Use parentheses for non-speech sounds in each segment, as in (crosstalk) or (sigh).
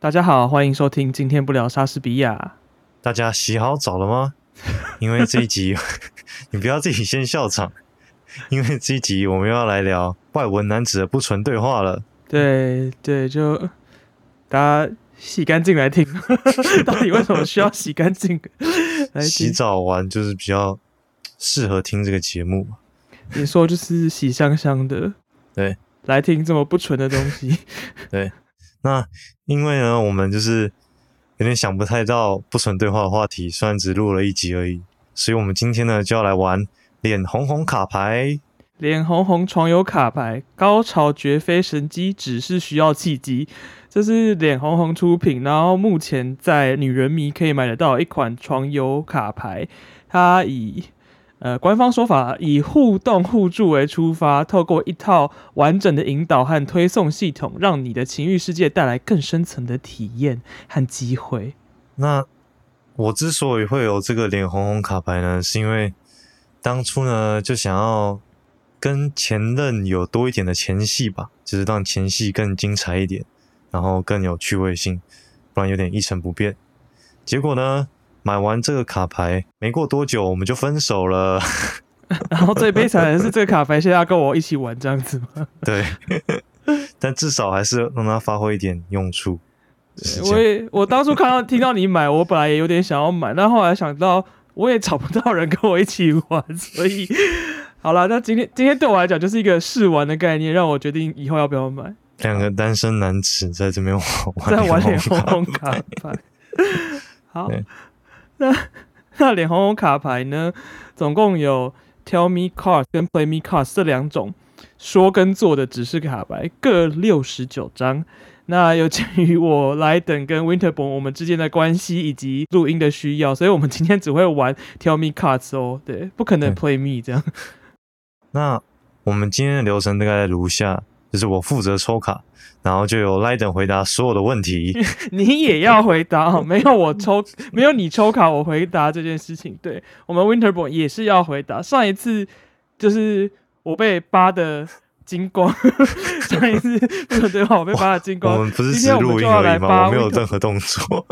大家好，欢迎收听今天不聊莎士比亚。大家洗好澡了吗？因为这一集 (laughs) 你不要自己先笑场，因为这一集我们要来聊外文男子的不纯对话了。对对，就大家洗干净来听， (laughs) 到底为什么需要洗干净？来 (laughs) 洗听，澡完就是比较适合听这个节目嘛，你说就是洗香香的，对，来听这么不纯的东西。对。那因为呢，我们就是有点想不太到不纯对话的话题，虽然只录了一集而已，所以我们今天呢就要来玩脸红红卡牌。脸红红，床有卡牌，高潮绝非神机，只是需要契机。这是脸红红出品，然后目前在女人迷可以买得到一款床游卡牌，它以呃官方说法以互动互助为出发，透过一套完整的引导和推送系统，让你的情欲世界带来更深层的体验和机会。那我之所以会有这个脸红红卡牌呢，是因为当初呢就想要跟前任有多一点的前戏吧，就是让前戏更精彩一点，然后更有趣味性，不然有点一成不变。结果呢，买完这个卡牌没过多久，我们就分手了。 (laughs) 然后最悲惨的是，这个卡牌现在要跟我一起玩这样子吗？对，但至少还是让它发挥一点用处。就是这我样也我当初看到听到你买，我本来也有点想要买，但后来想到我也找不到人跟我一起玩，所以好了，那今天今天对我来讲就是一个试玩的概念，让我决定以后要不要买，两个单身男子在这边 (laughs) 玩再玩脸脸红红红卡红卡牌。好对，那 (laughs) 那脸红红卡牌呢，总共有 Tell Me Cards 跟 Play Me Cards 这两种说跟做的指示卡牌，各六十九张。那有鉴于我莱等跟 Winterborn 我们之间的关系以及录音的需要，所以我们今天只会玩 Tell Me Cards 哦，对，不可能 Play Me 这样。那我们今天的流程大概如下：就是我负责抽卡，然后就由 Liden 回答所有的 (laughs) 问题。你也要回答哦，没有我抽，没有你抽卡，我回答这件事情。对我们 Winterborn 也是要回答。上一次就是我被扒的精光， (laughs) 上一次不能对话，我被扒的精我光。们不是今只天我们录就音要而来已发吗？我没有问题任何动作。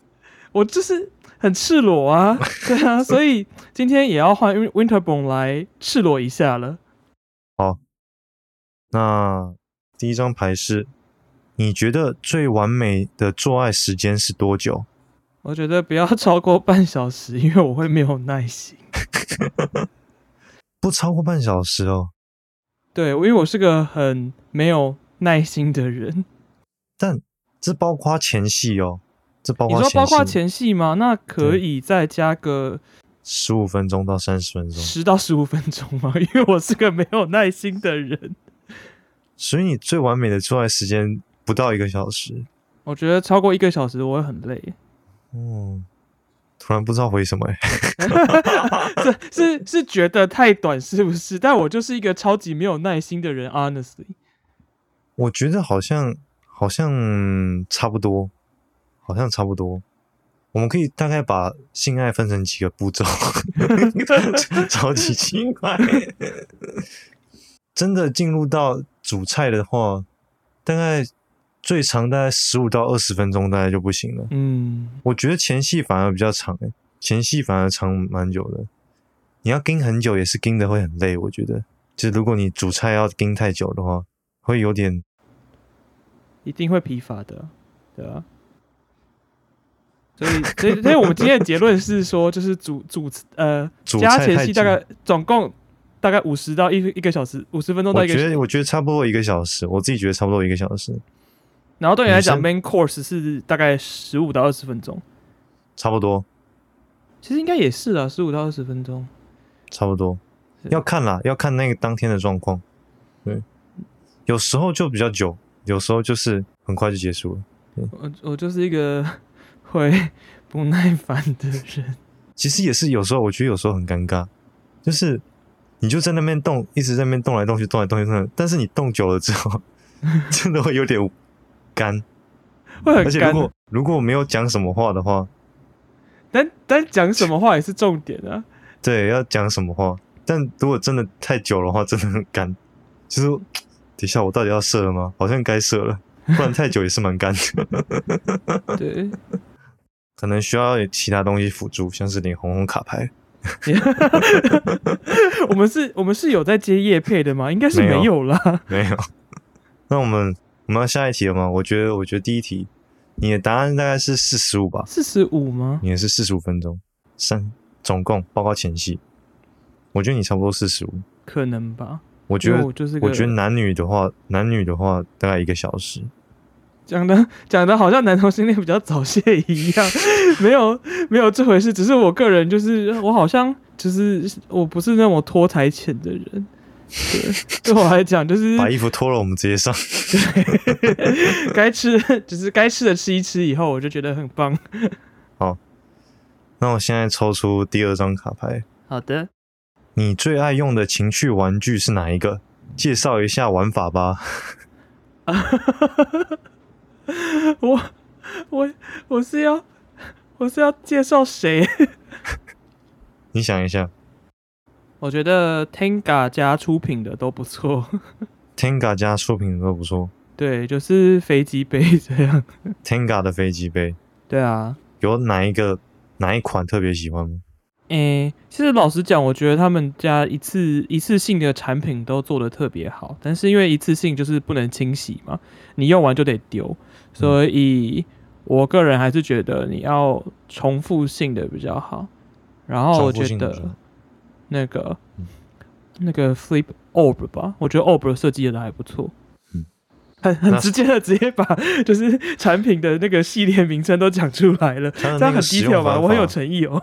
(laughs) 我就是很赤裸啊，对啊，所以今天也要换 Win- Winterborn 来赤裸一下了。那第一张牌是：你觉得最完美的做爱时间是多久？我觉得不要超过半小时，因为我会没有耐心。不超过半小时哦。对，因为我是个很没有耐心的人。这包括前戏哦，这包你括说包括前戏前戏吗？那可以再加个十五分钟到三十分钟。十到十五分钟吗？因为我是个没有耐心的 (laughs) 人，所以你最完美的做爱时间不到一个小时。我觉得超过一个小时我会很累。嗯，突然不知道回什么、欸。是是是觉得太短是不是？但我就是一个超级没有耐心的人，honestly。我觉得好像好像差不多，好像差不多。我们可以大概把性爱分成几个步骤， (laughs) 超级奇怪。真的进入到主菜的话，大概最长大概十五到二十分钟，大概就不行了。嗯，我觉得前戏反而比较长、欸，前戏反而长蛮久的。你要盯很久也是盯的会很累，我觉得。就如果你主菜要盯太久的话，会有点一定会疲乏的，对啊。所以，所以，所以我们今天的结论是说，就是主主呃主加菜前太戏紧大概总共大概五十到一一个小时，五十分钟到我一个觉得我觉得差不多一个小时，我自己觉得差不多一个小时，然后对你来讲女，main course 是大概十五到二十分钟，差不多，其实应该也是啊，十五到二十分钟。差不多。是要看啦，要看那个当天的状况。对，有时候就比较久，有时候就是很快就结束了。我我就是一个 (laughs) 会不耐烦的人， (laughs) 其实也是有时候，我觉得有时候很尴尬，就是你就在那边动，一直在那边动来动去，动来动去，动来，但是你动久了之后， (laughs) 真的会有点干。会很而且如干。果如果没有讲什么话的话，但但讲什么话也是重点 (laughs) 啊。对，要讲什么话。但如果真的太久的话，真的很干。就是，等一下，我到底要射了吗？好像该射了。不然太久也是蛮干的， (laughs) 对，可能需要其他东西辅助，像是领红红卡牌。我们是，我们是有在接叶配的吗？应该是没有没有啦。没有。那我们我们要下一题了吗？我觉得，我觉得第一题你的答案大概是四十五吧，四十五吗？你也是四十五分钟，三总共包括前戏，我觉得你差不多四十五。可能吧。我觉因为得，我就是个我觉得男女的话，男女的话大概一个小时。讲的讲的好像男同性恋比较早泄一 (laughs) 样，没有没有这回事，只是我个人就是我好像就是我不是那种拖台浅的人，对，对我来讲就是把衣服脱了，我们直接上。该吃的只是该吃的吃一吃，以后我就觉得很棒。那我现在抽出第二张卡牌，好的，你最爱用的情趣玩具是哪一个？介绍一下玩法吧。 (laughs) 我我我是要我是要介绍谁？你想一下我觉得 Tenga 家出品的都不错， ，Tenga 家出品的都不错对，就是飞机杯这样。 ，Tenga 的飞机杯。对啊，有哪一个哪一款特别喜欢吗？诶、其实老实讲，我觉得他们家一次一次性的产品都做得特别好，但是因为一次性就是不能清洗嘛，你用完就得丢，所嗯以我个人还是觉得你要重复性的比较好。然后哦我重复觉性的比较 (laughs) 得好那个嗯那个 Flip Orb 吧，我觉得 Orb 设计的还不错嗯。 (laughs) 很很那直接的，直接把就是产品的那个系列名称都讲出来了，它这的那样个很使低用调方吧？法，我很有诚意哦。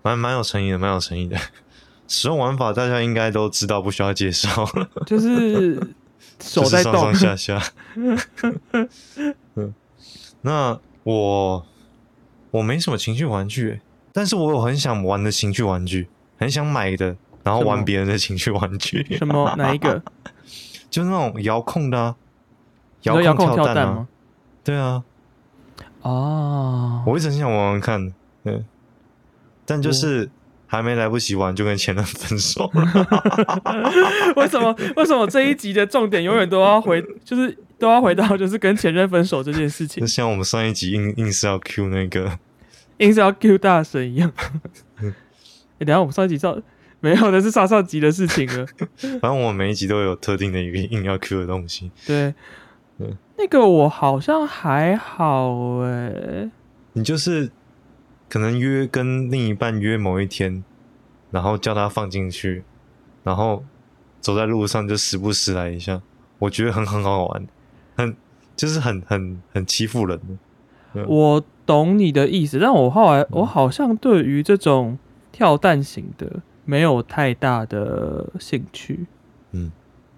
蛮蛮有诚意的，蛮有诚意的。 (laughs) 使用玩法大家应该都知道，不需要介绍， (laughs) 就是手就是在上动上，下下。 (laughs) 嗯，那我我没什么情绪玩具欸，但是我有很想玩的情绪玩具，很想买的，然后什么玩别人的情绪玩具，什么哪一 (laughs) 个？就是那种遥控的啊，你说遥控控跳跳蛋啊吗，？对啊，哦，我一直很想玩玩看，嗯，但就是还没来不及玩就跟前任分手 (laughs) 了。为什么为什么这一集的重点永远都要回，就是都要回到就是跟前任分手这件事情就，像我们上一集硬硬是要 Q 那个，硬是要 Q 大神一 (laughs) 样。嗯 (laughs) 欸等一下我们上一集照没有，那是上上集的事情了。反正我们每一集都有特定的一个硬要 Q 的东西。对嗯，那个我好像还好哎、你就是可能约跟另一半约某一天，然后叫他放进去，然后走在路上就时不时来一下，我觉得很很好玩，很就是很很很欺负人的。我懂你的意思，但我后来我好像对于这种跳蛋型的没有太大的兴趣。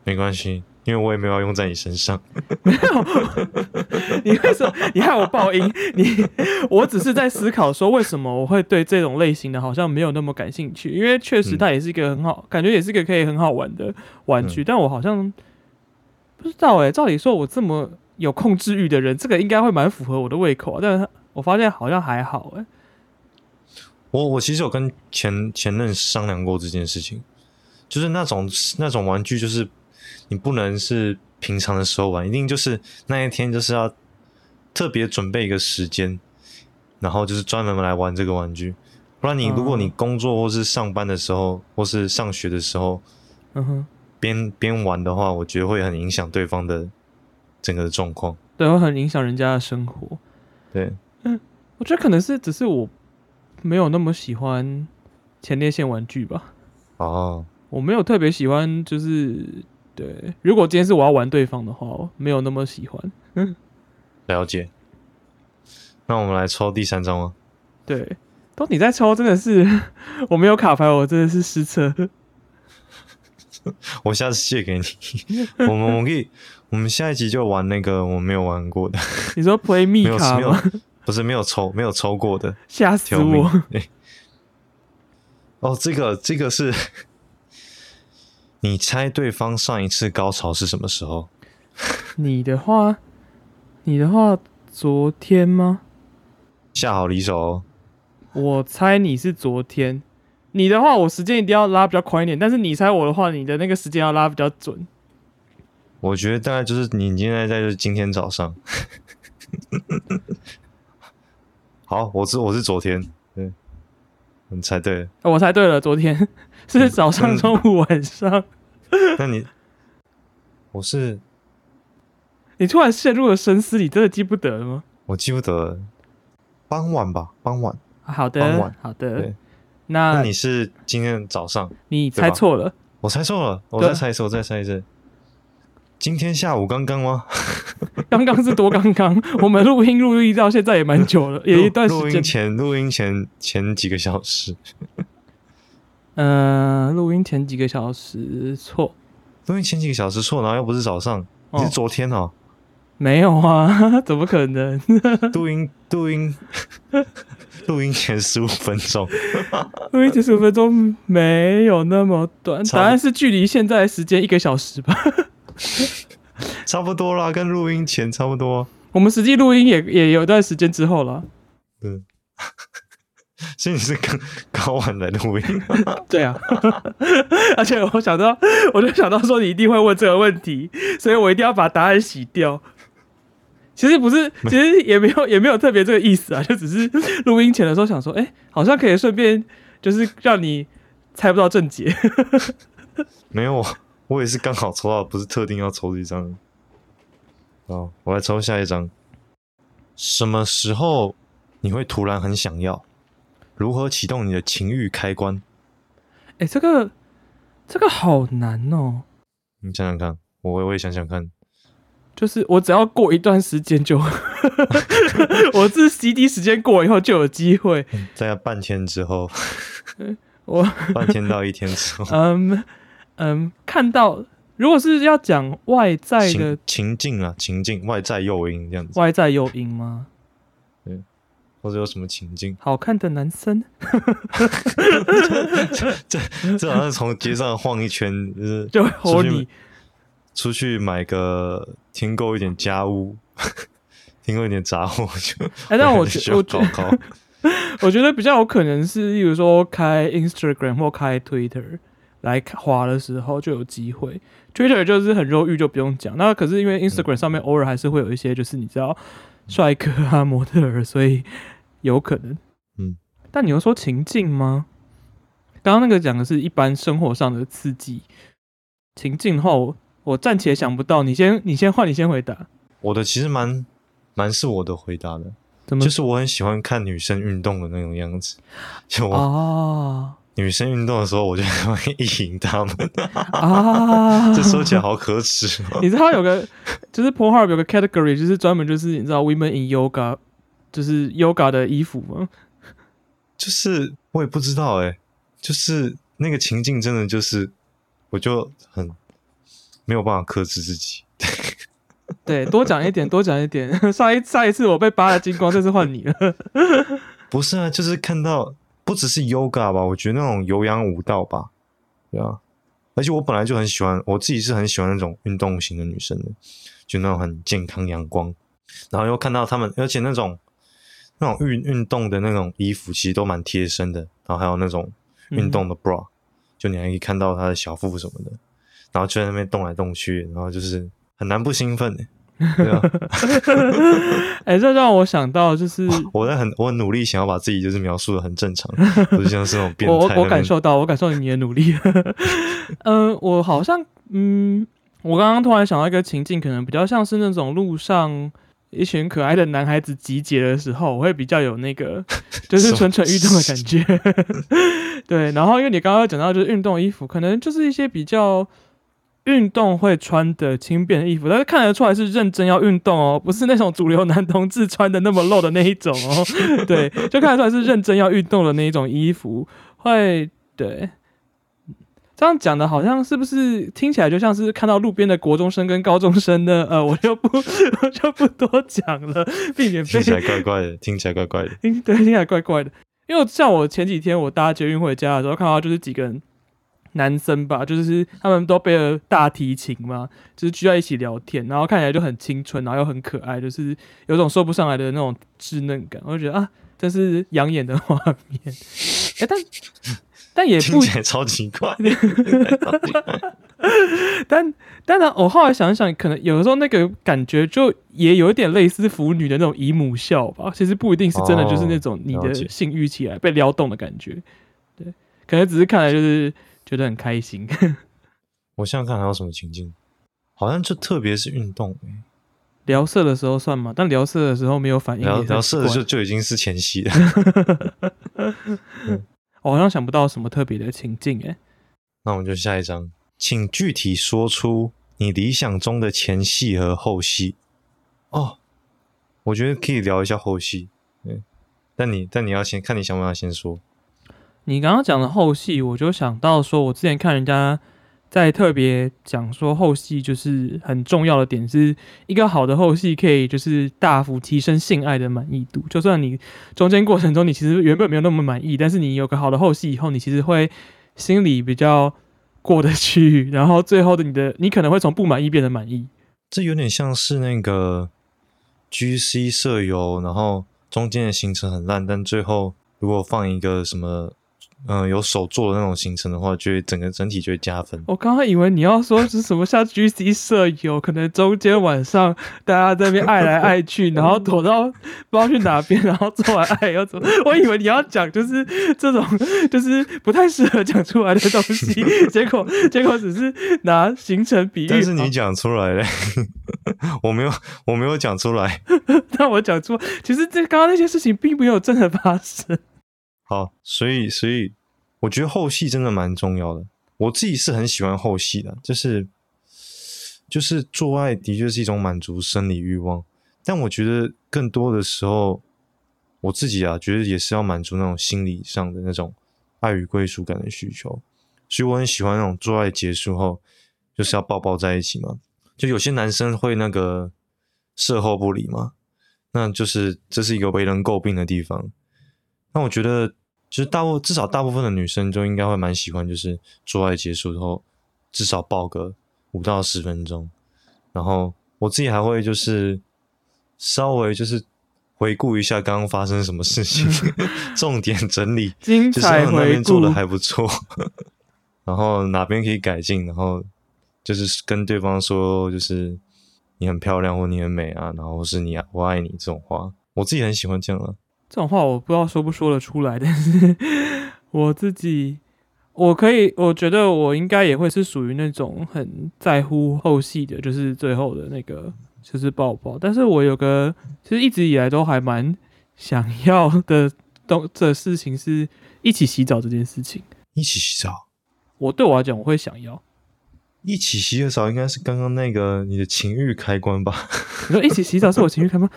没关系，因为我也没有要用在你身上。 (laughs) 你为什 (laughs) 么？你害我爆音？你我只是在思考说，为什么我会对这种类型的好像没有那么感兴趣？因为确实嗯它也是一个很好，感觉也是一个可以很好玩的玩具，但我好像不知道哎、照理说，我这么有控制欲的人，这个应该会蛮符合我的胃口啊，但是我发现好像还好哎、我我其实有跟前前任商量过这件事情，就是那种那种玩具，就是你不能是平常的时候玩，一定就是那一天就是要特别准备一个时间，然后就是专门来玩这个玩具。不然你哦如果你工作或是上班的时候，或是上学的时候嗯哼，边边玩的话，我觉得会很影响对方的整个的状况。对，会很影响人家的生活。对，我觉得可能是只是我没有那么喜欢前列腺玩具吧，哦，我没有特别喜欢，就是对。如果今天是我要玩对方的话，我没有那么喜欢。了解。那我们来抽第三张吗？对，都你在抽，真的是 (laughs) 我没有卡牌，我真的是失策。我下次借给你。 (laughs) 我们我们可以，我们下一集就玩那个我没有玩过的，你说 Play 没 Me 有卡没有吗？，不是没有抽没有抽过的， (laughs) 吓死条命我！。对 (laughs) 哦，这个这个是，你猜对方上一次高潮是什么时候？你的话，你的话，昨天吗？下好离手哦。我猜你是昨天。你的话，我时间一定要拉比较宽一点，但是你猜我的话，你的那个时间要拉比较准。我觉得大概就是你现在在就是今天早上。 (laughs) 好，我是我是昨天，对，你猜对了。哦我猜对了，昨天是早嗯上、中午、晚上。那你，我是你突然陷入了深思，你真的记不得了吗？我记不得了傍晚吧，傍晚。啊好傍的晚，好的对。那那你是今天早上？你对猜吧错了，我猜错了，我对啊再猜一次，我再猜一次。今天下午刚刚吗？刚刚是多刚刚， (laughs) 我们录音录音到现在也蛮久了，也一段录时录间音。前，录音前前几个小时，嗯，录音前几个小时错，录音前几个小时错，然后又不是早上，你哦是昨 (laughs) 天哦。没有啊， (laughs) 怎么可能？录音录音 (laughs) 录音前十五分钟，录音前十五分钟没有那么短，差不答案是距离现在时间一个小时吧。 (laughs) 差不多啦，跟录音前差不多。我们实际录音也也有一段时间之后了。嗯，所以你是刚刚晚来录音，对啊， (laughs) 而且我想到，我就想到说你一定会问这个问题，所以我一定要把答案洗掉。其实不是，其实也没有也没有特别这个意思啊，就只是录音前的时候想说，哎、好像可以顺便就是让你猜不到正解。 (laughs) 没有，我我也是刚好抽到，不是特定要抽这一张。哦，我来抽下一张。什么时候你会突然很想要？如何启动你的情欲开关？哎、这个这个好难哦、你想想看，我我也想想看。就是我只要过一段时间就， (laughs) 我是 CD 时间过以后就有机会。大概半天之后，我半天到一天之 (laughs) 后，嗯嗯，看到如果是要讲外在的情情境啊，情境外在诱因这样子，外在诱因吗？或者有什么情境？好看的男生，这好像从街上晃一圈，就是就会吼出去你出去买个听购一点家务， (laughs) 听购一点杂货就。哎但我需觉要我觉搞 (laughs) 搞我觉得比较有可能是，例如说开 Instagram 或开 Twitter 来滑的时候就有机会。Twitter 就是很肉欲，就不用讲。那可是因为 Instagram 上面偶尔还是会有一些，就是你知道帅哥啊、模特儿，所以有可能。嗯，但你又说情境吗？刚刚那个讲的是一般生活上的刺激，情境的话我，我暂且想不到。你先，你先换，你先回答。我的其实蛮蛮是我的回答的，怎么？就是我很喜欢看女生运动的那种样子，就我啊女生运动的时候，我就会意淫她们。 (laughs) 哦啊！ (laughs) 这说起来好可耻哦。你知道有个就是 Pornhub 有个 category，就是专门就是你知道 women in yoga，就是 yoga 的衣服吗？就是我也不知道哎、就是那个情境真的就是，我就很没有办法克制自己。对，多讲 (laughs) 一点，多讲一点。上一上一次我被扒了精光，这次换你了。不是啊，就是看到不只是 yoga 吧，我觉得那种有氧舞蹈吧，对啊。而且我本来就很喜欢，我自己是很喜欢那种运动型的女生的，就那种很健康阳光，然后又看到她们，而且那种那种运运动的那种衣服其实都蛮贴身的，然后还有那种运嗯动的 bra，、就你还可以看到她的小腹什么的，然后就在那边动来动去，然后就是很难不兴奋、欸，对啊。哎、这让我想到就是我在很我很努力想要把自己就是描述的很正 (laughs) 常，不是像是那种变态嗯我我那边。我感受到，我感受你的努力。 (laughs) 嗯，我好像嗯，我刚刚突然想到一个情境，可能比较像是那种路上。一群可爱的男孩子集结的时候，我会比较有那 (laughs) 个，就是蠢蠢欲动的感觉。对，然后因为你刚刚讲到就是运动衣服，可能就是一些比较运动会穿的轻便的衣服，但是看得出来是认真要运动哦，不是那种主流男同志穿的那么露的那一种哦。对，就看得出来是认真要运动的那一种衣服，会对。这样讲的好像是不是听起来就像是看到路边的国中生跟高中生呢？ (laughs) 呃，我就不我就不多讲了，避免被听起来怪怪的，听起来怪怪的。听对听起来怪怪的。因为像我前几天我搭捷运回家的时候，看到就是几个人男生吧，就是他们都背了大提琴嘛，就是聚在一起聊天，然后看起来就很青春，然后又很可爱，就是有种说不上来的那种稚嫩感。我就觉得啊，这是养眼的画面。哎、但但也听不起来超级怪。但当然，我后来想一想，可能有的时候那个感觉就也有一点类似腐女的那种姨母笑吧。其实不一定是真的，哦就是那种你了的解性欲起来被撩动的感觉。对，可能只是看来就是觉得很开心。 (laughs) 我想想看还有什么情境，好像就特别是运动、嗯欸，聊色的时候算吗？但聊色的时候没有反应然后也然后很射奇怪，的就就已经是前戏 (laughs) 了。哦我好像想不到什么特别的情境哎、那我们就下一章，请具体说出你理想中的前戏和后戏。哦，我觉得可以聊一下后戏。嗯，但你但你要先看你想不想先说。你刚刚讲的后戏，我就想到说，我之前看人家在特别讲说后戏就是很重要的点，是一个好的后戏可以就是大幅提升性爱的满意度。就算你中间过程中你其实原本没有那么满意，但是你有个好的后戏以后，你其实会心里比较过得去，然后最后的你的你可能会从不满意变得满意。这有点像是那个 GC 舍友，然后中间的行程很烂，但最后如果放一个什么，嗯、有手做的那种行程的话，就会整个整体就会加分。我刚刚以为你要说是什么像 GC 舍友，可能中间晚上大家在那边爱来爱去，然后躲到不知道去哪边，然后做完爱要怎么？ (laughs) 我以为你要讲就是这种就是不太适合讲出来的东西，结果结果只是拿行程比喻。哦但是好你讲出来了， (laughs) 我没有，我没有讲出来。那我讲出，其实这刚刚那些事情并没有真的发生。好，所以所以我觉得后戏真的蛮重要的。我自己是很喜欢后戏的，就是就是做爱的确是一种满足生理欲望，但我觉得更多的时候，我自己啊觉得也是要满足那种心理上的那种爱与归属感的需求，所以我很喜欢那种做爱结束后就是要抱抱在一起嘛。就有些男生会那个事后不理嘛，那就是这是一个为人诟病的地方。那我觉得，就是大部至少大部分的女生就应该会蛮喜欢，就是做爱结束之后至少抱个五到十分钟。然后我自己还会就是稍微就是回顾一下刚刚发生什么事情， (laughs) 重点整理，嗯精就是彩他们那回边做顾的，还不错，然后哪边可以改进，然后就是跟对方说，就是你很漂亮或你很美啊，然后是你啊我爱你这种话，我自己很喜欢这样啊。这种话我不知道说不说得出来，但是 (laughs) 我自己，我可以，我觉得我应该也会是属于那种很在乎后戏的，就是最后的那个就是抱抱。但是我有个，其实一直以来都还蛮想要的东的事情是一起洗澡这件事情。一起洗澡，我对我来讲，我会想要。一起洗的澡应该是刚刚那个你的情欲开关吧？ (laughs) 你说一起洗澡是我情绪开吗？ (laughs)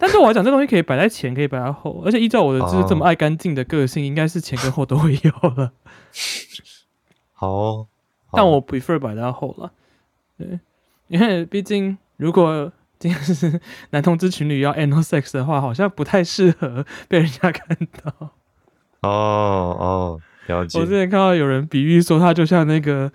但对我来讲，这东西可以摆在前，可以摆在后，而且依照我的就是这么爱干净的个性，应该是前跟后都会有了。好哦、好但我 prefer 摆在后了，对，因为毕竟如果今天是 (laughs) 男同志情侣要 anal sex 的话，好像不太适合被人家看到。哦哦了解我之，前看到有人比喻说，他就像那个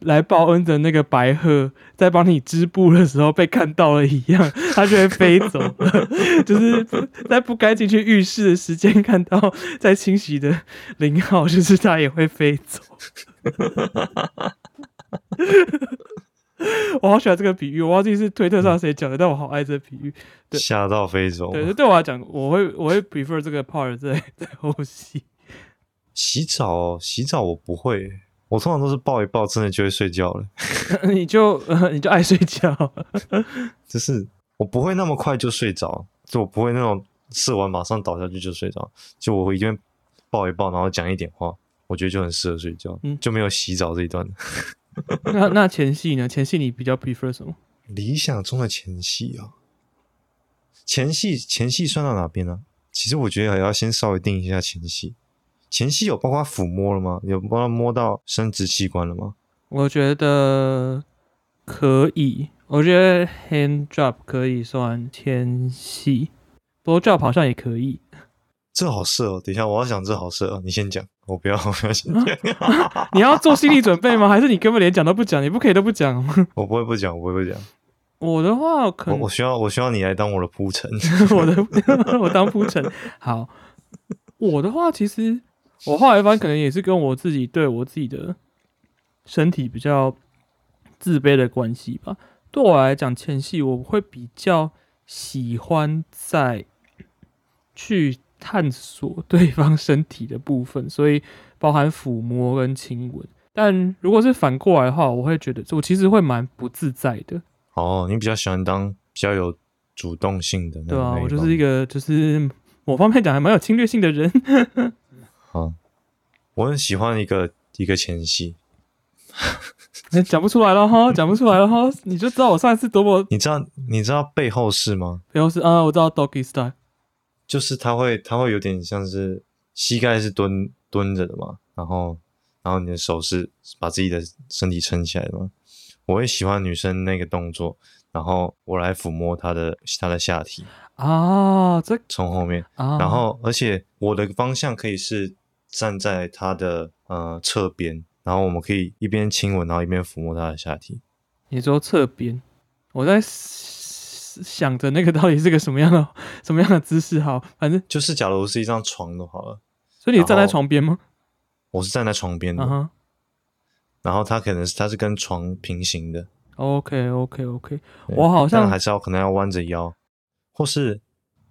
来报恩的那个白鹤，在帮你织布的时候被看到了一样，它就会飞走了 (laughs) 就是在不该进去浴室的时间看到在清洗的零号，就是它也会飞走。 (laughs) 我好喜欢这个比喻，我忘记是推特上谁讲的，但我好爱这个比喻。对吓到飞走。对，对我来讲，我会我会 prefer 这个 part 在在后戏。 (laughs) 洗澡哦，洗澡我不会，我通常都是抱一抱，真的就会睡觉了。你就、呃、你就爱睡觉，就是我不会那么快就睡着，就我不会那种试完马上倒下去就睡着，就我会一边抱一抱，然后讲一点话，我觉得就很适合睡觉，嗯就没有洗澡这一段。 (laughs) 那那前戏呢？前戏你比较 prefer 什么？理想中的前戏啊，前戏前戏算到哪边呢、其实我觉得还要先稍微定一下前戏。前戏有包括抚摸了吗？有包括摸到生殖器官了吗？我觉得可以，我觉得 hand job 可以算前戏，blow job 好像也可以。这好色哦！等一下，我要想这好色哦。你先讲，我不要，我不要先讲，你要做心理准备吗？还是你根本连讲都不讲？你不可以都不讲吗？我不会不讲，我不会不讲。我的话，可我能我需要我需要你来当我 (laughs) 的铺陈。我的我当铺陈。好，我的话其实我后来发现，可能也是跟我自己对我自己的身体比较自卑的关系吧。对我来讲，前戏我会比较喜欢在去探索对方身体的部分，所以包含抚摸跟亲吻。但如果是反过来的话，我会觉得我其实会蛮不自在的。哦，你比较喜欢当比较有主动性的那对种啊，那我就方是一个就是某方面讲还蛮有侵略性的人。啊我很喜欢一个一个前戏，哎讲不出来了 (laughs) 哈，讲不出来了哈，你就知道我上一次多么你知道你知道背后是吗？背后是啊，我知道 doggy style，就是它会它会有点像是膝盖是蹲蹲着的嘛，然后然后你的手是把自己的身体撑起来的嘛。我会喜欢女生那个动作，然后我来抚摸她的她的下体，啊，这从后面，啊，然后而且我的方向可以是站在她的呃侧边，然后我们可以一边亲吻，然后一边抚摸她的下体。你说侧边，我在想着那个到底是个什么样的 (laughs) 什么样的姿势好，反正就是假如是一张床的好了，所以你然后站在床边吗？我是站在床边的，啊哈然后它可能是它是跟床平行的， ，OK OK OK，对我好嗯但像还是要可能要弯着腰，或是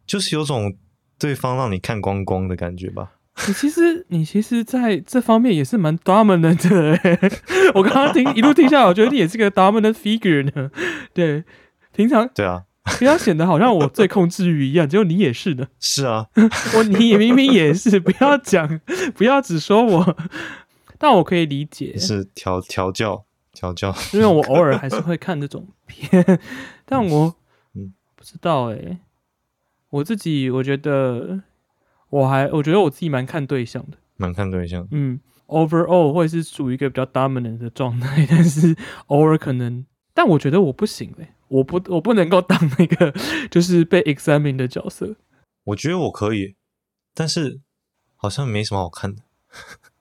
就是有种对方让你看光光的感觉吧。你其实你其实在这方面也是蛮 dominant 的、 (laughs) 欸，我刚刚听一路听下来，我觉得你也是个 dominant figure 呢。对，平常对啊，平常显得好像我最控制欲一样，结果你也是呢。是啊，我你也明明也是，不要讲，不要只说我。但我可以理解，是调调教调教，因为我偶尔还是会看这种片，但我嗯不知道哎、我自己我觉得我还我觉得我自己蛮看对象的，蛮看对象。嗯，overall 会是属于一个比较 dominant 的状态，但是偶尔可能，但我觉得我不行嘞、我不我不能够当那个就是被 examine 的角色，我觉得我可以，但是好像没什么好看的。 (laughs)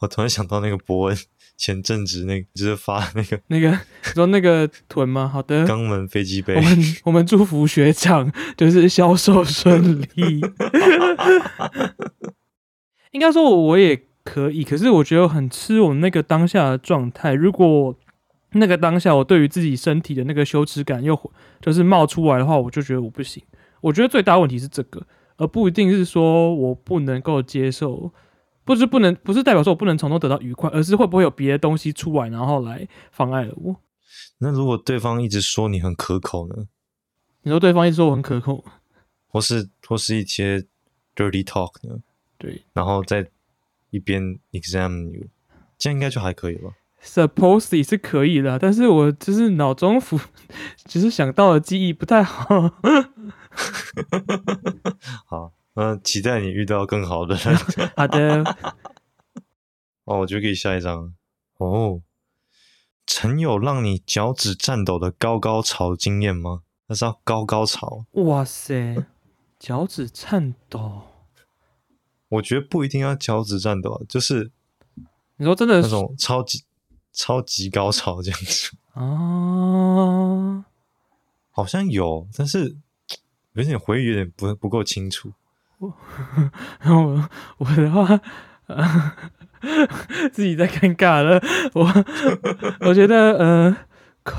我突然想到那个伯恩前阵子那个就是发那个那个你说那个臀吗？好的，肛门飞机杯嗯我，们我们祝福学长 (laughs) 就是销售顺利。 (laughs) 应该说我我也可以，可是我觉得很吃我那个当下的状态。如果我那个当下我对于自己身体的那个羞耻感又就是冒出来的话，我就觉得我不行。我觉得最大问题是这个，而不一定是说我不能够接受。不是不能，不是代表说我不能从中得到愉快，而是会不会有别的东西出来，然后来妨碍了我。那如果对方一直说你很可口呢，你说对方一直说我很可控，或是或是一些 dirty talk 呢，对，然后再一边 examine you，这样应该就还可以了吧？ supposedly 是可以的，但是我就是脑中浮， (laughs) 只是想到的记忆不太好。好，那嗯期待你遇到更好的 (laughs) 人好的，哦，我觉得可以下一张了哦。曾有让你脚趾颤抖的高高潮经验吗？那是要高高潮，哇塞，脚趾颤抖。我觉得不一定要脚趾颤抖啊，就是你说真的那是种超级超级高 (laughs) 潮这样子，啊？ (laughs) 好像有，但是有点回忆有点不不够清楚。我我的话， (laughs) 呃、自己在尴尬了。我我觉得，呃，口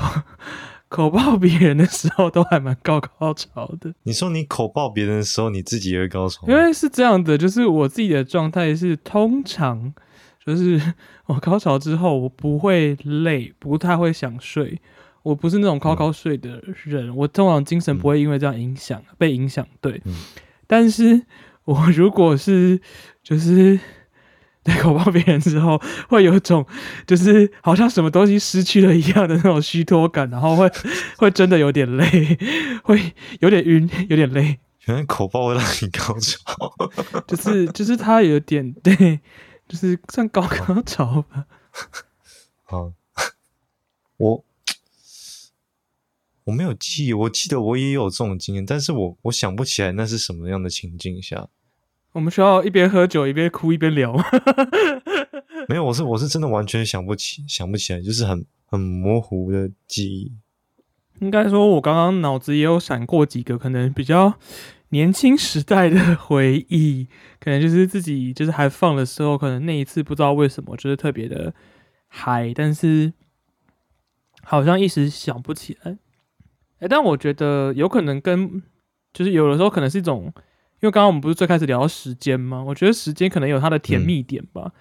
口爆别人的时候都还蛮高高潮的。你说你口爆别人的时候，你自己也会高潮吗，因为是这样的，就是我自己的状态是，通常 (laughs) 就是我高潮之后，我不会累，不太会想睡。我不是那种高高睡的人，我通常精神不会因为这样影响、被影响。对，嗯但是我如果是就是 (laughs) 在口爆别人之后，会有种就是好像什么东西失去了一样的那种虚脱感，然后会 (laughs) 会真的有点累，会有点晕，有点累。原来口爆会让你高潮。 (laughs) 就是就是他有点 (laughs) 对，就是算高高潮吧。 (laughs) 啊，我我没有记忆，我记得我也有这种经验，但是我我想不起来那是什么样的情境下。我们需要一边喝酒一边哭一边聊吗？ (laughs) 没有，我是我是真的完全想不起，想不起来，就是很很模糊的记忆。应该说，我刚刚脑子也有闪过几个可能比较年轻时代的回忆， (laughs) 可能就是自己就是还放的时候，可能那一次不知道为什么就是特别的嗨，但是好像一时想不起来。哎、但我觉得有可能跟就是有的时候可能是一种，因为刚刚我们不是最开始聊到时间吗？我觉得时间可能有它的甜蜜点吧，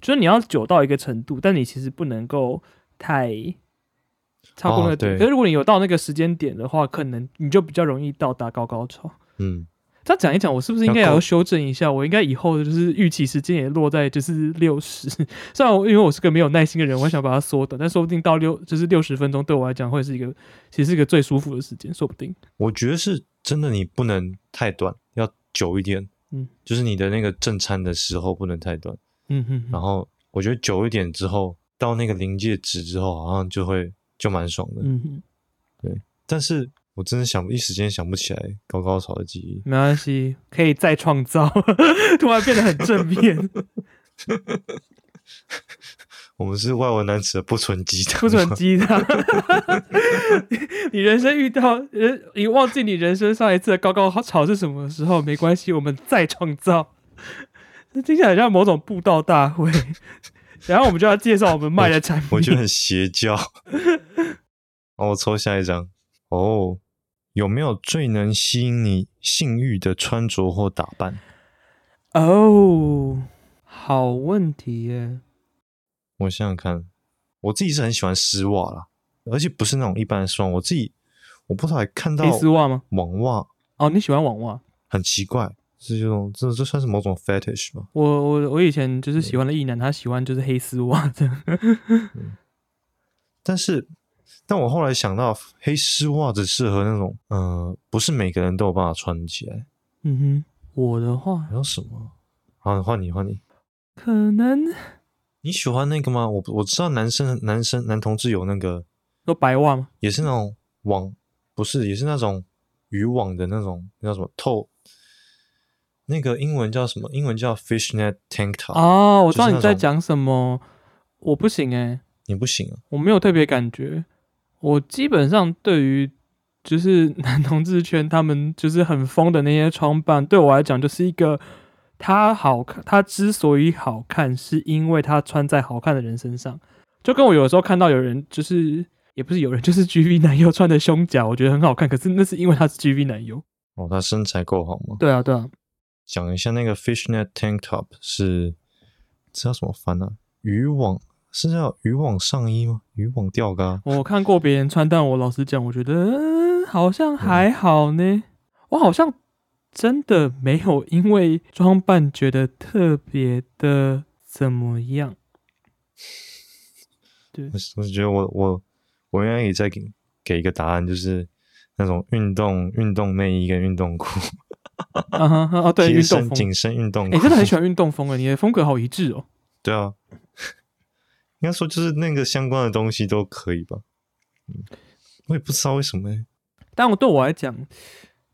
就是你要久到一个程度，但你其实不能够太超过那个哦点。对可是如果你有到那个时间点的话，可能你就比较容易到达高高潮。嗯，这样讲一讲，我是不是应该也要够要修正一下？我应该以后就是预期时间也落在就是六十。虽然我因为我是个没有耐心的人，我想把它缩短，但说不定到六就是六十分钟对我来讲会是一个其实是一个最舒服的时间，说不定。我觉得是真的，你不能太短，要久一点。嗯，就是你的那个正餐的时候不能太短，嗯哼哼，然后我觉得久一点之后，到那个临界值之后，好像就会就蛮爽的。嗯哼，但是我真的想一时间想不起来高高潮的记忆。没关系，可以再创造。 (laughs) 突然变得很正面，我们是外文男子的不纯鸡汤，不准鸡汤。你人生遇到人，你忘记你人生上一次的高高潮是什么时候？没关系，我们再创造。这听起来像某种布道大会， (laughs) 然后我们就要介绍我们卖的产品。 (laughs) 我觉得很邪教。 (laughs) 哦，我抽下一张。哦，有没有最能吸引你性欲的穿着或打扮？哦，好问题耶。我想想看，我自己是很喜欢丝袜啦，而且不是那种一般的丝袜。我自己我不知道看到黑丝袜吗？网袜哦，你喜欢网袜？很奇怪，是这种这这算是某种 fetish 吗？我我我以前就是喜欢的异男，他喜欢就是黑丝袜这样。但是，但我后来想到，黑丝袜只适合那种，嗯、不是每个人都有办法穿起来。嗯哼，我的话还有什么？好，换你，换你。可能你喜欢那个吗？我我知道男生男生男同志有那个，说白袜吗？也是那种网，不是也是那种渔网的那种，那叫什么透？那个英文叫什么？英文叫 fishnet tank top。哦，我知道就是你那在种讲什么，我不行哎、你不行啊！我没有特别感觉。我基本上对于就是 (laughs) 男同志圈他们就是很疯的那些装扮，对我来讲就是一个他好看，他之所以好看，是因为他穿在好看的人身上。就跟我有的时候看到有人就是也不是有人，就是 G V 男优穿的胸甲，我觉得很好看，可是那是因为他是 G V 男优。哦，他身材够好吗？对啊，对啊，讲一下那个 fishnet tank top 是这叫什么翻啊？渔网是叫渔网上衣吗？渔网吊嘎？我看过别人穿，但我老实讲，我觉得、嗯好像还好呢。我好像真的没有因为装扮觉得特别的怎么样。对我，我觉得我我我应该也再给给一个答案，就是那种运动运动内衣跟运动裤，啊哈哈，哦对，贴运动身风，紧身运动哎、裤，真的很喜欢运动风哎，你的风格好一致哦。对啊，应该说就是那个相关的东西都可以吧。嗯，我也不知道为什么欸、但我对我来讲，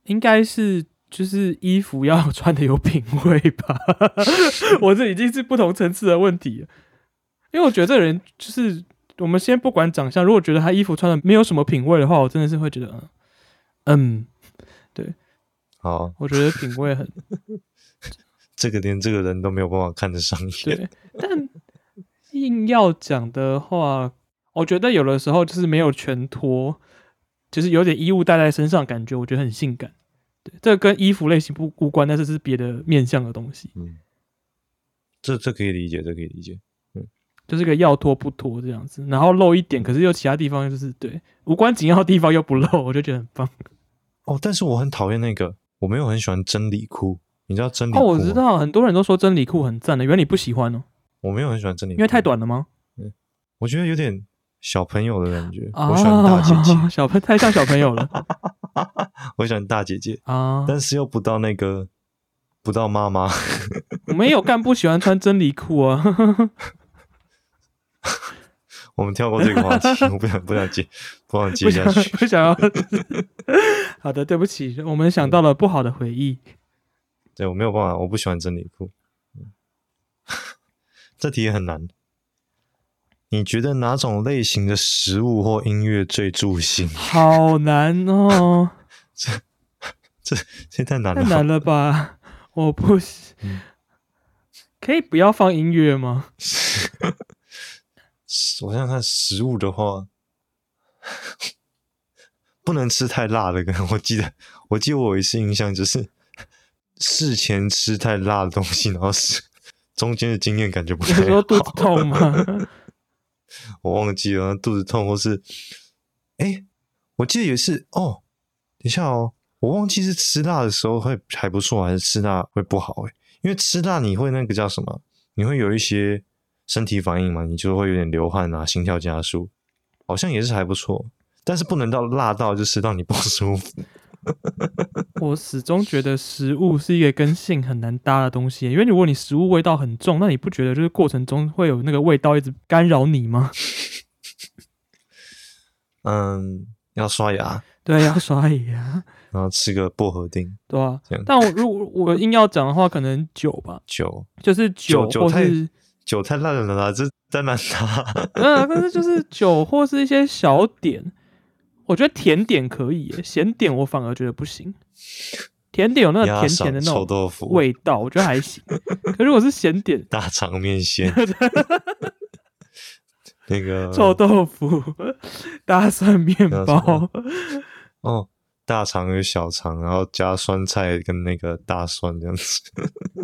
应该是就是衣服要穿的有品味吧。我这已经是不同层次的问题了，因为我觉得这个人就是我们先不管长相，如果觉得他衣服穿的没有什么品味的话，我真的是会觉得嗯嗯，好，我觉得品味很这个连这个人都没有办法看得上眼。对， (laughs) 但硬要讲的话，我觉得有的时候就是没有全脱，就是有点衣物带在身上，感觉我觉得很性感。对，这个跟衣服类型不无关，但是是别的面向的东西，嗯，这这可以理解，这可以理解。就是个要脱不脱这样子，然后露一点，可是又其他地方就是对无关紧要的地方又不露，我就觉得很棒。哦，但是我很讨厌那个，我没有很喜欢真理裤。你知道真理裤哦，吗？我知道很多人都说真理裤很赞的，原来你不喜欢哦，我没有很喜欢真理裤，因为太短了吗？我觉得有点小朋友的感觉。啊 (laughs) 我喜欢大姐姐，小朋太像小朋友了我喜欢大姐姐，啊！ (laughs) 但是又不到那个，不到妈妈。 (laughs) 我们也有干部喜欢穿真理裤啊。我们跳过这 (laughs) 个话题，我不想不想接，不想接不下想 (laughs) 去。不想要。好的，对不起，我们想到了不好的回嗯忆。对我没有办法，我 (laughs) 不喜欢真理裤。嗯这题也很难。你觉得哪种类型的食物或音乐最助兴？ (laughs) 好难哦，这太难哦嗯太了。难了吧？我不喜，可以不要放音乐 (laughs) 吗？我想想看食物的话，不能吃太辣的。我记得，我记得我有一次印象就是事前吃太辣的东西，然后是中间的经验感觉不你太说好，肚子痛吗？我忘记了肚子痛或是哎、我记得有一次哦，等一下哦，我忘记是吃辣的时候会还不错，还是吃辣会不好哎、因为吃辣你会那个叫什么？你会有一些身体反应嘛，你就会有点流汗啊，心跳加速，好像也是还不错，但是不能到辣到就是让你不舒服。 (laughs) 我始终觉得食物是一个跟性很难搭的东西，因为如果你食物味道很重，那你不觉得就是过程中会有那个味道一直干扰你吗？ (laughs) 嗯，要刷牙，对，要刷牙，然后吃个薄荷丁对啊这样。但我如果我硬要讲的话，可能酒吧，酒，就是酒酒酒或太是酒太烂了啦，这当然啦。嗯，但是就是酒或是一些小点，我觉得甜点可以耶，咸点我反而觉得不行。甜点有 (laughs) 那个鸭甜嗓甜的那臭种豆腐味道，我觉得还行。可如果是咸点，大肠 (laughs) 面线，那个臭豆腐、嗯 (laughs) 大蒜面那什包么，哦，大肠有小肠，然后加酸菜跟那个大蒜这样子，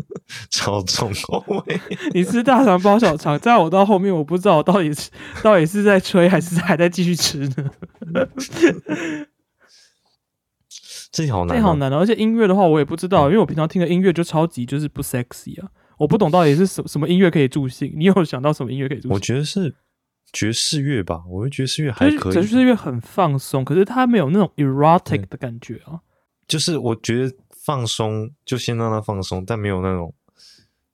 (laughs) 超重口味。你吃大肠包小肠，在我到后面，我不知道我到底是到底是在吹还是还在继续吃 (laughs) 呢？这好难、这哦，好难哦。而且音乐的话，我也不知道，因为我平常听的音乐就超级就是不 sexy 啊，我不懂到底是什什么音乐可以助兴。你有想到什么音乐可以助我兴？觉得是爵士乐吧，我觉得爵士乐还可以，可是爵士乐很放松，可是它没有那种 erotic 的感觉啊。就是我觉得放松就先让它放松，但没有那种，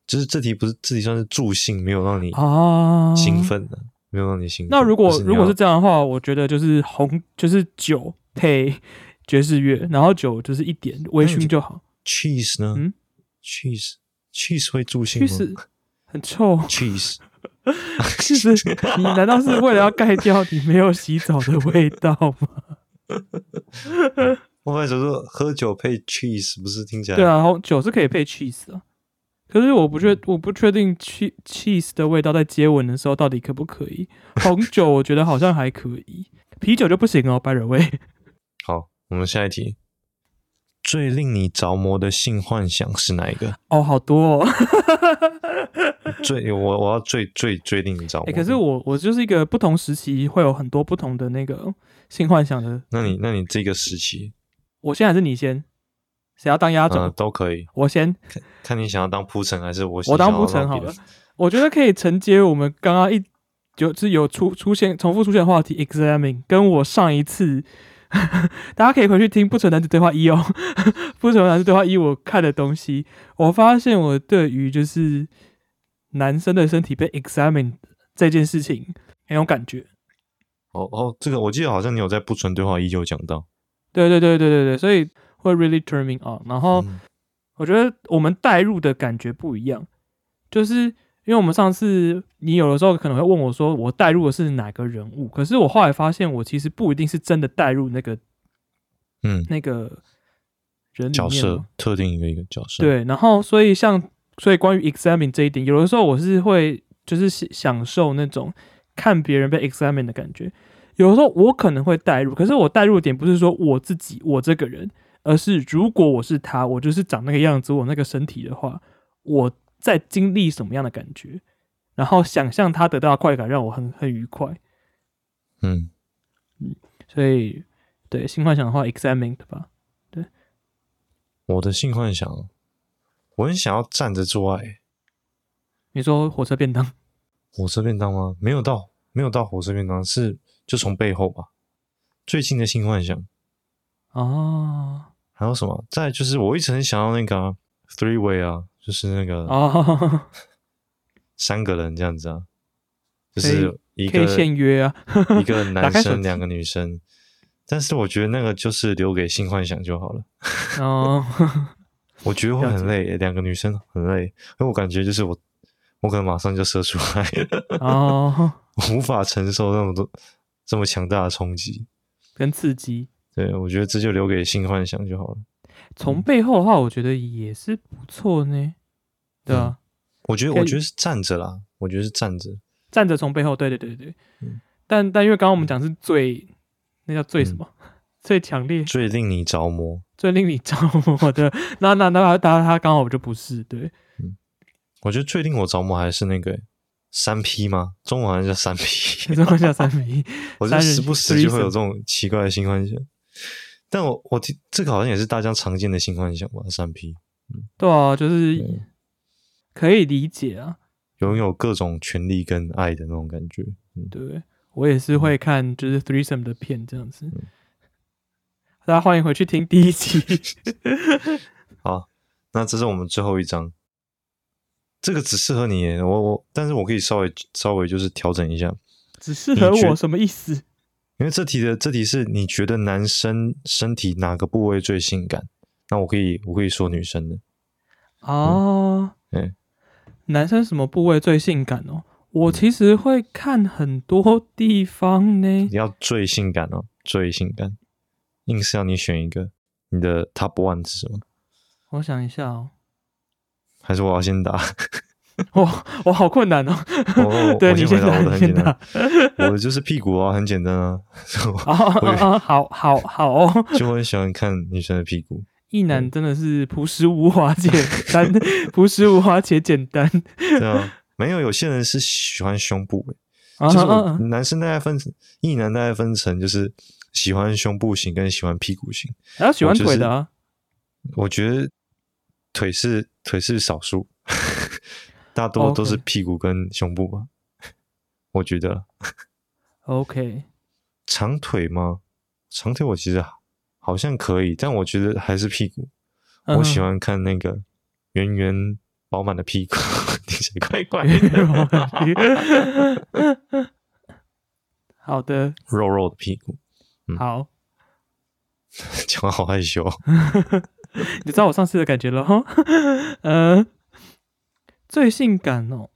就是这题不是这题算是助兴，没有让你啊，兴奋的、没有让你兴奋。那如果就是你如果要是这样的话，我觉得就是红就是酒配 (laughs) 爵士乐，然后酒就是一点微那你醺就好。 cheese 呢、嗯 c h e e s e cheese 会助兴去吗死，很臭。 (laughs) ？cheese 就是你难道是为了要盖掉你没有洗澡的味道 (laughs) 吗？我本来想说喝酒配 cheese 不是听起来对啊，然后酒是可以配 cheese 的，可是我不嗯确我不确定 che cheese 的味道在接吻的时候到底可不可以。红酒我觉得好像还可以，啤酒就不行哦。By the way，好，我们下一题。最令你着魔的性幻想是哪一个？哦，好多哦。最我我要最最最令你着 (laughs) 魔哎、的、可是我我就是一个不同时期会有很多不同的那个性幻想的。那你那你这个时期，我现在还是你先，谁要当压轴？呃，都可以，我先。看你想要当铺陈还是我啊我当铺铺陈好了。我觉得可以承接我们刚刚一就是有出出现重复出现的话题 examine，跟我上一次， (laughs) 大家可以回去听不成男子对话一哦， (laughs) 不成男子对话一我看的东西，我发现我对于就是男生的身体被 examine 这件事情很有感觉。哦哦，这个我记得好像你有在不纯对话依旧讲到。对对对对对对，所以会 really turn me on。然后嗯我觉得我们带入的感觉不一样，就是因为我们上次你有的时候可能会问我说我带入的是哪个人物，可是我后来发现我其实不一定是真的带入那个嗯，那个人里角面哦色嘛特定一个一个角色。，对，然后所以像所以关于 examine 这一点，有的时候我是会就是喜享受那种看别人被 examine 的感觉，有的时候我可能会代入，可是我代入的点不是说我自己我这个人，而是如果我是他，我就是长那个样子，我那个身体的话，我在经历什么样的感觉，然后想象他得到的快感让我很很愉快，嗯，所以对性幻想的话，examine 吧，我的性幻想，我很想要站着做爱。你说火车便当，火车便当吗？没有到，没有到火车便当，是就从背后吧。最近的性幻想哦还有什么？再来就是我一直很想要那个啊、three way 啊，就是那个哦。三个人这样子啊，就可以是一可个以现约啊 (laughs) 一个打男开手生机两个女生。但是我觉得那个就是留给性幻想就好了，哦，我觉得会了解很累耶，两个女生很累，因为我感觉就是我我可能马上就射出来了， (laughs) 哦，我无法承受那么多这么强大的冲击。跟刺激。对，我觉得这就留给性幻想就好了。从背后的话，我觉得也是不错呢。对啊，我觉得，可以我觉得是站着啦，我觉得是站着。站着从背后，对对对对。嗯但但因为刚刚我们讲是最，那叫最什么？最强烈、最令你着魔。最令你着魔的，那那那他他刚好就不是对，我觉得最令我着魔还是那个三 P 吗？中文好像叫三 P。这叫三米，我就三人时不时就会 threesome 有这种奇怪的性幻想。但我我听这个好像也是大家常见的性幻想吧，三 P 对啊，就是对可以理解啊。拥有各种权利跟爱的那种感觉。嗯，对我也是会看就是 threesome 的片这样子。大家欢迎回去听第一集。好，那这是我们最后一张，这个只适合你。我我，但是我可以稍微稍微就是调整一下，只适合你觉我什么意思？因为这题的这题是你觉得男生身体哪个部位最性感？那我可以我可以说女生的，哦，嗯男生什么部位最性感哦？我其实会看很多地方呢你，要最性感哦，最性感，硬是要你选一个，你的 top one 是什么？我想一下哦， (laughs) 还是我要先答？我我好困难哦。我我 (laughs) 对我你先回先答答，你我的很先简答单。，我的就是屁股啊，很简单啊。 (laughs) 哦哦哦哦，好好好哦，就我很喜欢看女生的屁股，一男真的是朴实无华且单， (laughs) 朴实无华且简单。对啊，没有有些人是喜欢胸部、欸，啊就是啊我啊！男生大概分成，一男大概分成就是喜欢胸部型跟喜欢屁股型。还要喜欢我就是腿的啊，我觉得腿是腿是少数，大多 OK 都是屁股跟胸部吧。我觉得 OK，长腿吗？长腿我其实好像可以，但我觉得还是屁股。嗯我喜欢看那个圆圆饱满的屁股， (laughs) 听起来怪怪的， (laughs) 好的，肉肉的屁股。 (laughs) 嗯好，讲话好害羞。你知道我上次的感觉了哈。 (laughs) 呃，最性感哦，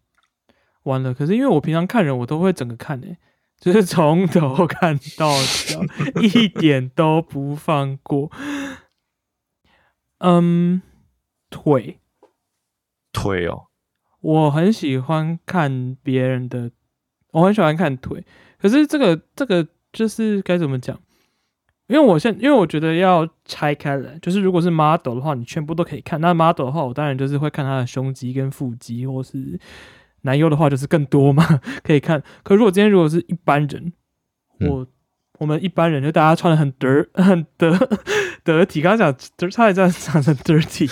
完了。可是因为我平常看人，我都会整个看诶、就是从头看到脚，一点都不放过。 (laughs) 嗯，腿，腿哦，我很喜欢看别人的，我很喜欢看腿。可是这个这个就是该怎么讲？因为我现因为我觉得要拆开来，就是如果是 model 的话，你全部都可以看。那 model 的话，我当然就是会看他的胸肌跟腹肌，或是男优的话就是更多嘛， (laughs) 可以看。可如果今天如果是一般人，嗯我、我们一般人就大家穿的很得很得 (laughs) 得体，刚刚讲得差点这样讲成 dirty，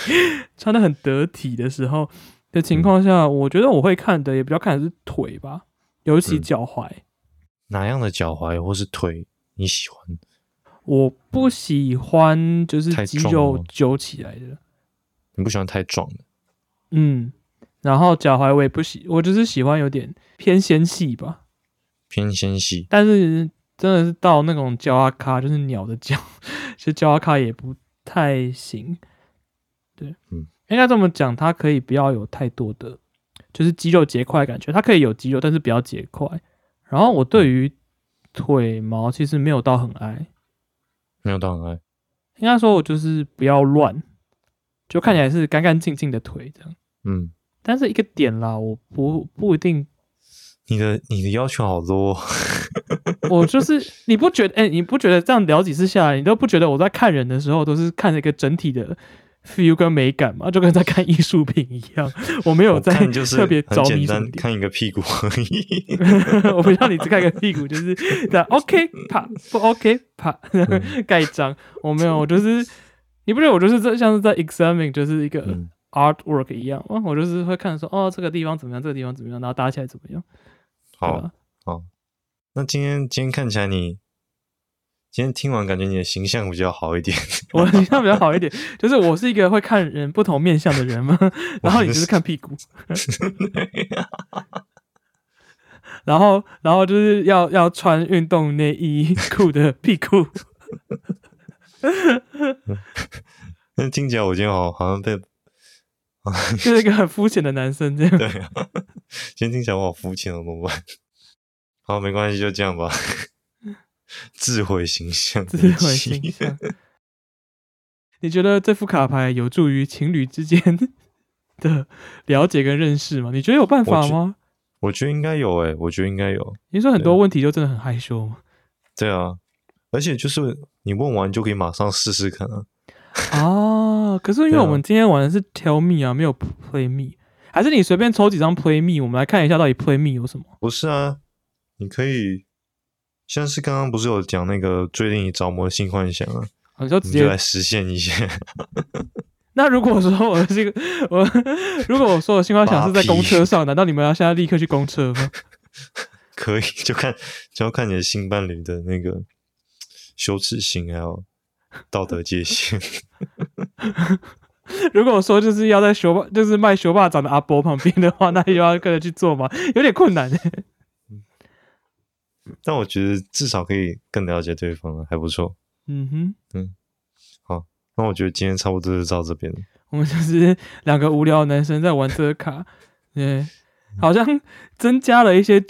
穿的很得体的时候的嗯情况下，我觉得我会看的也比较看的是腿吧，尤其嗯脚踝。哪样的脚踝或是腿你喜欢？我不喜欢就是太肌重了肉吗揪起来的，你不喜欢太壮的？嗯，然后脚踝我也不喜，我就是喜欢有点偏纤细吧，偏纤细，但是真的是到那种脚阿卡，就是鸟的 (laughs) 脚，其实脚阿卡也不太行，对，嗯，应该这么讲，它可以不要有太多的就是肌肉结块的感觉，它可以有肌肉，但是不要结块。然后我对于腿毛其实没有到很爱，没有到很爱。应该说我就是不要乱，就看起来是干干净净的腿这样。嗯，但是一个点啦，我不不一定，你的你的要求好多哦、 (laughs) 我就是你不觉得？哎、你不觉得这样聊几次下来，你都不觉得我在看人的时候都是看着一个整体的 feel 跟美感吗？就跟在看艺术品一样， (laughs) 我没有我在看就是特别很着迷简什单么，点。看一个屁股而 (laughs) 已。我不像你只看个屁股，就是这样 (laughs) OK 啪不 OK 啪嗯 (laughs) 盖章。我没有，我就是你不觉得我就是这像是在 examine 就是一个嗯 artwork 一样吗？我就是会看说哦这个地方怎么样，这个地方怎么样，然后搭起来怎么样。对好吧，那今天今天看起来你今天听完感觉你的形象比较好一点。 (laughs) (laughs) 我的形象比较好一点，就是我是一个会看人不同面相的人嘛， (laughs) 然后你只是看屁 (laughs) 股，然后然后就是要要穿运动内衣裤的屁 (laughs) 股。那听起来我今天好好像被就是一个很肤浅的男生这样。对啊，先听起来我好肤浅哦，怎么办？ (laughs) 好，没关系，就这样吧。 (laughs) 智慧形象，智慧形象。你觉得这副卡牌有助于情侣之间 (laughs) 的了解跟认识吗？你觉得有办法我觉吗？我觉得应该有诶、欸我觉得应该有。你说很多问题就真的很害羞吗？对啊，而且就是你问完就可以马上试试看啊。啊，可是因为对啊我们今天玩的是 Tell Me 啊，没有 Play Me，还是你随便抽几张 Play Me，我们来看一下到底 Play Me 有什么？不是啊，你可以像是刚刚不是有讲那个最令你着魔的性幻想啊，啊你就我直们就接来实现一些。那如果说我这个 (laughs) 我，如果我说我性幻想是在公车 (laughs) 上，难道你们要现在立刻去公车吗？可以，就看就要看你的新伴侣的那个羞耻心，还有道德界限。 (laughs) 如果我说就是要在学霸，就是卖学霸掌的阿伯旁边的话，那又要跟着去做吗？有点困难。但我觉得至少可以更了解对方啊了，还不错。嗯哼，那我觉得今天差不多就到这边了。我们就是两个无聊的男生在玩这个卡，对，好像增加了一些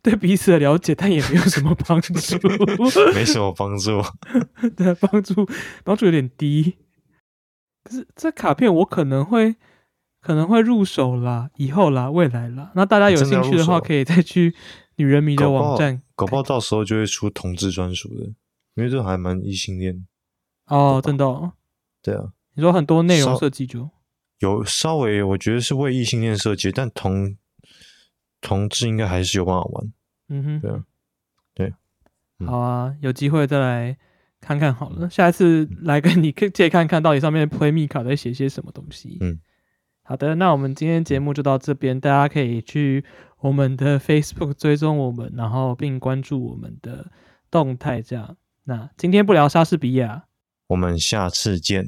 对彼此的了解，但也没有什么帮助， (laughs) 没什么帮助。对，帮助帮助有点低。可是这卡片我可能会可能会入手啦，以后啦，未来啦。那大家有真的兴趣要的入话，手可以再去女人迷的搞不网好站搞不好到时候就会出同志专属的，因为这还蛮异性恋。哦，真的、哦。对啊，你说很多内容稍设计就有稍微我觉得是为异性恋设计，但同同志应该还是有办法玩。嗯哼，对啊对嗯好啊，有机会再来看看好了。下一次嗯来跟你 (laughs) 借看看到底上面 Play Me 卡在写些什么东西。嗯，好的，那我们今天节目就到这边，大家可以去我们的 Facebook 追踪我们，然后并关注我们的动态，这样。那今天不聊莎士比亚，我们下次见。